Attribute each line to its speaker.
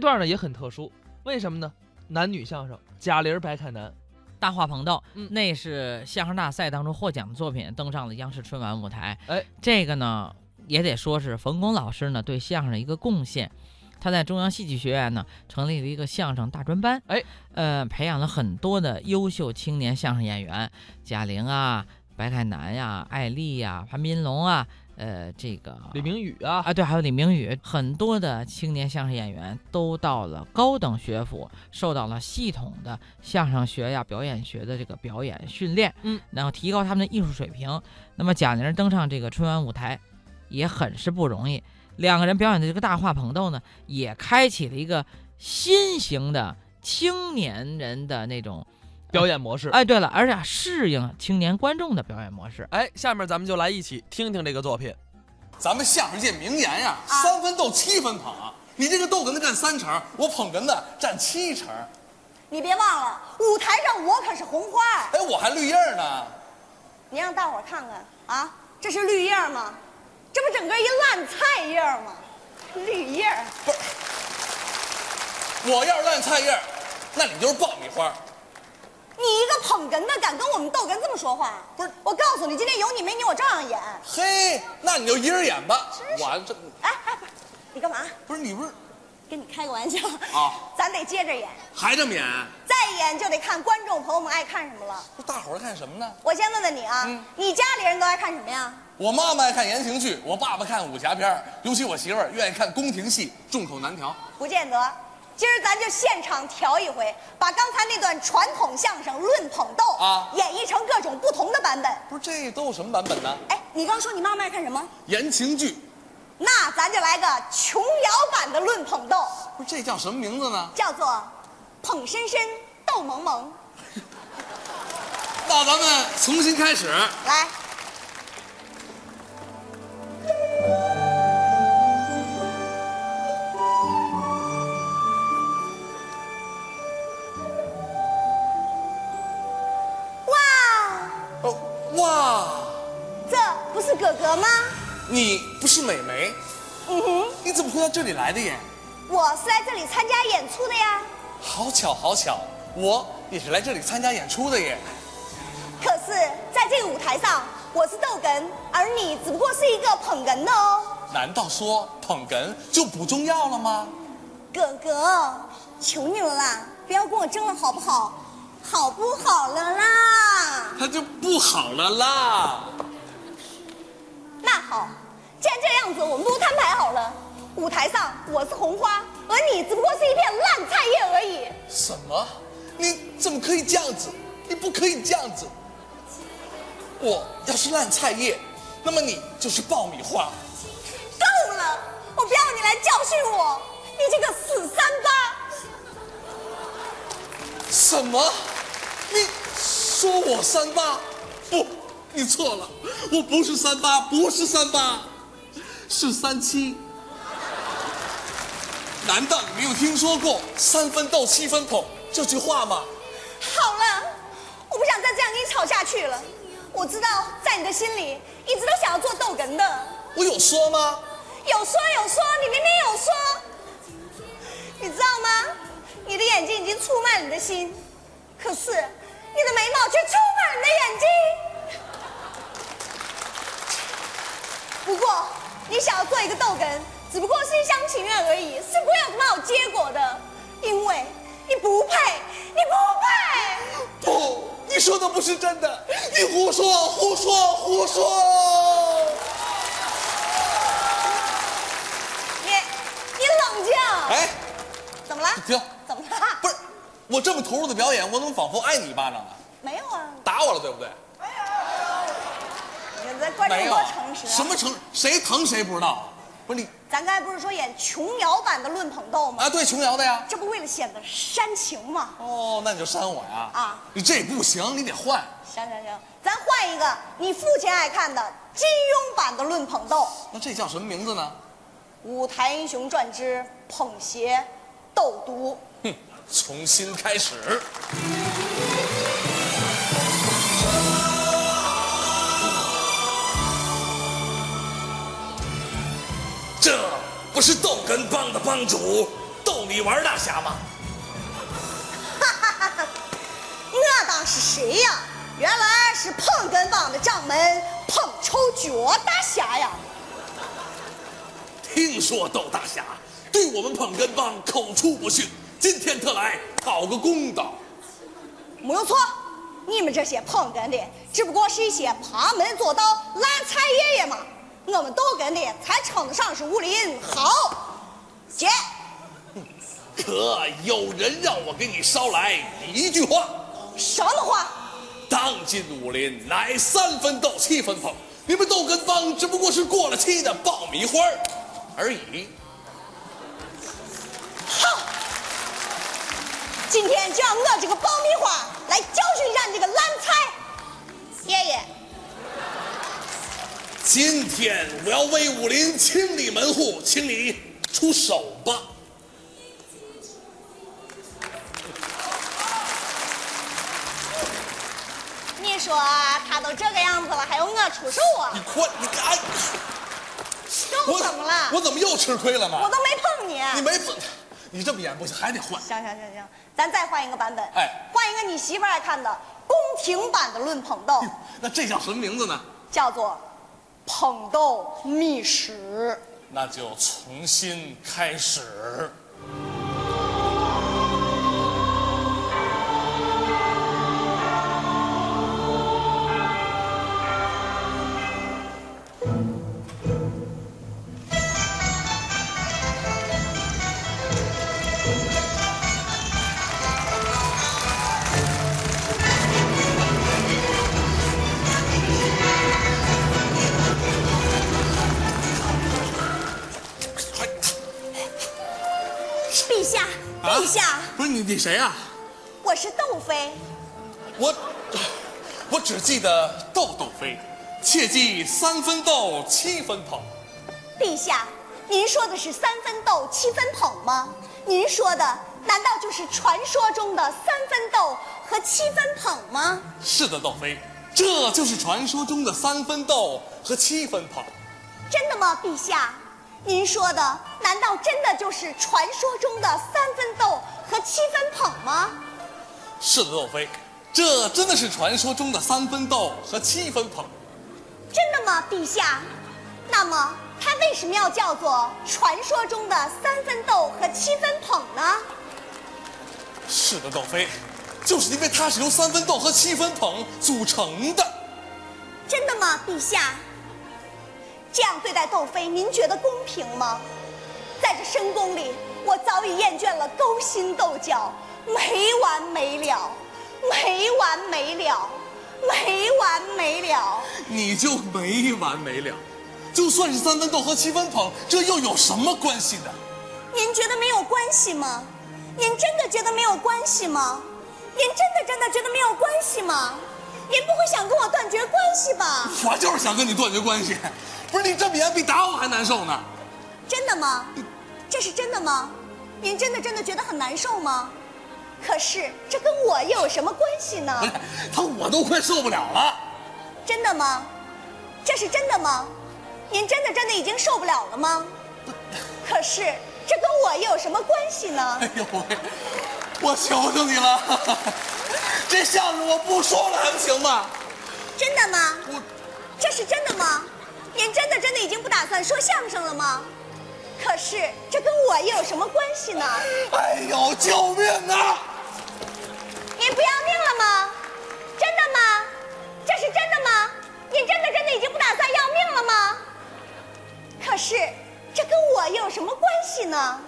Speaker 1: 段呢也很特殊，为什么呢？男女相声，贾玲、白凯南，
Speaker 2: 大话旁道，
Speaker 1: 嗯
Speaker 2: 那是相声大赛当中获奖的作品，登上了央视春晚舞台。
Speaker 1: 哎，
Speaker 2: 这个呢，也得说是冯巩老师呢对相声的一个贡献。他在中央戏剧学院呢成立了一个相声大专班，
Speaker 1: 哎，
Speaker 2: 呃，培养了很多的优秀青年相声演员，贾玲啊、白凯南呀、艾丽呀、潘斌龙啊，呃，这个
Speaker 1: 李明宇啊，
Speaker 2: 啊，对，还有李明宇，很多的青年相声演员都到了高等学府，受到了系统的相声学呀、表演学的这个表演训练，
Speaker 1: 嗯，
Speaker 2: 然后提高他们的艺术水平。那么贾玲登上这个春晚舞台，也很是不容易。两个人表演的这个大话捧逗呢，也开启了一个新型的青年人的那种
Speaker 1: 表演模式。
Speaker 2: 哎，对了，而且啊适应青年观众的表演模式。
Speaker 1: 哎，下面咱们就来一起听听这个作品。
Speaker 3: 咱们相声界名言呀、
Speaker 4: 啊
Speaker 3: 三分逗，七分捧啊。你这个逗哏的占三成，我捧哏的占七成。
Speaker 4: 你别忘了，舞台上我可是红花儿。
Speaker 3: 哎，我还绿叶呢。
Speaker 4: 你让大伙儿看看啊，这是绿叶吗？这不整个一烂菜叶吗？绿叶儿，
Speaker 3: 我要是烂菜叶，那你就是爆米花。
Speaker 4: 你一个捧哏的敢跟我们逗哏这么说话？
Speaker 3: 不是
Speaker 4: 我告诉你，今天有你没你我照样演。
Speaker 3: 嘿，那你就一人演吧
Speaker 4: 真。是
Speaker 3: 我这
Speaker 4: 哎哎，不是你干嘛？
Speaker 3: 不是你不是
Speaker 4: 跟你开个玩笑
Speaker 3: 啊
Speaker 4: 咱得接着演，
Speaker 3: 还这么演？
Speaker 4: 再演就得看观众朋友们爱看什么了。
Speaker 3: 不是大伙儿看什么呢？
Speaker 4: 我先问问你啊，
Speaker 3: 嗯
Speaker 4: 你家里人都爱看什么呀？
Speaker 3: 我妈妈爱看言情剧，我爸爸看武侠片儿，尤其我媳妇儿愿意看宫廷戏，众口难调。
Speaker 4: 不见得。今儿咱就现场调一回，把刚才那段传统相声论捧逗
Speaker 3: 啊
Speaker 4: 演绎成各种不同的版本。
Speaker 3: 不是这都有什么版本呢？
Speaker 4: 哎，你刚说你妈妈爱看什么？
Speaker 3: 言情剧，
Speaker 4: 那咱就来个琼瑶版的论捧逗，
Speaker 3: 不是这叫什么名字呢？
Speaker 4: 叫做捧深深逗萌萌。
Speaker 3: 那咱们重新开始。
Speaker 4: 来，哇，
Speaker 3: 哦，哇。
Speaker 4: 这不是哥哥吗？
Speaker 3: 你不是美眉？
Speaker 4: 嗯哼，
Speaker 3: 你怎么会到这里来的呀？
Speaker 4: 我是来这里参加演出的呀。
Speaker 3: 好巧，好巧，我也是来这里参加演出的耶。
Speaker 4: 可是，在这个舞台上，我是逗哏，而你只不过是一个捧哏的哦。
Speaker 3: 难道说捧哏就不重要了吗？
Speaker 4: 哥哥，求你了啦，不要跟我争了好不好？好不好了啦？
Speaker 3: 他就不好了啦。
Speaker 4: 那好，既然这样子，我们不如摊牌好了。舞台上我是红花，而你只不过是一片烂菜叶而已。
Speaker 3: 什么？你怎么可以这样子？你不可以这样子。我要是烂菜叶，那么你就是爆米花。
Speaker 4: 够了，我不要你来教训我，你这个死三八！
Speaker 3: 什么？你说我三八？不，你错了，我不是三八，不是三八，是三七。难道你没有听说过“三分逗，七分捧”这句话吗？
Speaker 4: 好了，我不想再这样跟你吵下去了。我知道，在你的心里一直都想要做逗哏的，
Speaker 3: 我有说吗？
Speaker 4: 有说有说，你明明有说，你知道吗？你的眼睛已经出卖了你的心，可是你的眉毛却出卖了你的眼睛。不过，你想要做一个逗哏，只不过是一厢情愿而已，是不会有什么好结果的，因为你不配，你不配。
Speaker 3: 不，你说的不是真的，你胡说，胡说，胡说！
Speaker 4: 你，你冷静。
Speaker 3: 哎，
Speaker 4: 怎么了？
Speaker 3: 停
Speaker 4: 怎么了？
Speaker 3: 不是，我这么投入的表演，我怎么仿佛挨你一巴掌了？
Speaker 4: 没有啊，
Speaker 3: 打我了，对不对？
Speaker 4: 你这观众
Speaker 3: 没有
Speaker 4: 多
Speaker 3: 啊
Speaker 4: 诚实啊。
Speaker 3: 什么诚？谁疼谁不知道？啊不是你
Speaker 4: 咱刚才不是说演琼瑶版的《论捧逗》吗？
Speaker 3: 啊，对，琼瑶的呀。
Speaker 4: 这不为了显得煽情吗？
Speaker 3: 哦，那你就删我呀？
Speaker 4: 啊，
Speaker 3: 你这不行，你得换。
Speaker 4: 行行行，咱换一个你父亲爱看的金庸版的《论捧逗》，《
Speaker 3: 那这叫什么名字呢？
Speaker 4: 武台英雄传之捧邪斗毒
Speaker 3: 哼，重新开始。》。这不是逗哏帮的帮主，逗逗你玩儿大侠吗？
Speaker 4: 那当是谁呀？原来是碰跟网的掌门碰臭脚大侠呀！
Speaker 3: 听说窦大侠对我们捧哏帮口出不逊，今天特来讨个公道。
Speaker 4: 没有错，你们这些捧哏的只不过是一些旁门左道、烂菜爷爷嘛。我们逗哏的才称得上是武林好。姐，
Speaker 3: 可有人让我给你捎来一句话：
Speaker 4: 什么话？
Speaker 3: 当今武林乃三分斗，七分捧，你们窦哏帮只不过是过了期的爆米花儿而已。
Speaker 4: 好，今天就让我这个爆米花来教训一下你这个烂菜爷爷。
Speaker 3: 今天我要为武林清理门户，请你出手吧。
Speaker 4: 你说他都这个样子了，还要我出手啊
Speaker 3: 你？快，你哎，
Speaker 4: 又怎么了？
Speaker 3: 我怎么又吃亏了
Speaker 4: 我
Speaker 3: 嘛？
Speaker 4: 都没碰你。
Speaker 3: 你没分，你这么演不行，还得换。
Speaker 4: 行行行行，咱再换一个版本。
Speaker 3: 哎，
Speaker 4: 换一个你媳妇儿爱看的宫廷版的《论捧逗》，
Speaker 3: 那这叫什么名字呢？
Speaker 4: 叫做《捧逗秘史
Speaker 3: 那就重新开始。快，》。
Speaker 4: 陛下，
Speaker 3: 啊
Speaker 4: 陛下，
Speaker 3: 不是你，你谁呀、
Speaker 4: 我是窦妃。
Speaker 3: 我，我只记得豆豆飞，切记三分豆，七分捧。
Speaker 4: 陛下，您说的是三分斗七分捧吗？您说的难道就是传说中的三分斗和七分捧吗？
Speaker 3: 是的，豆飞，这就是传说中的三分豆和七分捧。
Speaker 4: 真的吗，陛下？您说的难道真的就是传说中的三分斗和七分捧吗？
Speaker 3: 是的，豆飞，这真的是传说中的三分豆和七分捧。
Speaker 4: 真的吗，陛下？那么它为什么要叫做传说中的三分斗和七分捧呢？
Speaker 3: 是的，豆飞，就是因为它是由三分豆和七分捧组成的。
Speaker 4: 真的吗，陛下？这样对待窦妃，您觉得公平吗？在这深宫里，我早已厌倦了勾心斗角，没完没了，没完没了，没完没了。
Speaker 3: 你就没完没了。就算是三分豆和七分捧，这又有什么关系呢？
Speaker 4: 您觉得没有关系吗？您真的觉得没有关系吗？您真的真的觉得没有关系吗？您不会想跟我断绝关系吧？
Speaker 3: 我就是想跟你断绝关系，不是你这么演比打我还难受呢。
Speaker 4: 真的吗？这是真的吗？您真的真的觉得很难受吗？可是这跟我又有什么关系呢
Speaker 3: 不？是，哎他我都快受不了了。
Speaker 4: 真的吗？这是真的吗？您真的真的已经受不了了吗？可是这跟我又有什么关系呢
Speaker 3: 哎？呦喂，我求求你了，这相声我不说了还行吗？
Speaker 4: 真的吗？
Speaker 3: 我
Speaker 4: 这是真的吗？您真的真的已经不打算说相声了吗？可是这跟我又有什么关系呢？
Speaker 3: 哎呦，救命啊！
Speaker 4: 您不要命了吗？真的吗？这是真的吗？您真的真的已经不打算要命了吗？可是，这跟我又有什么关系呢？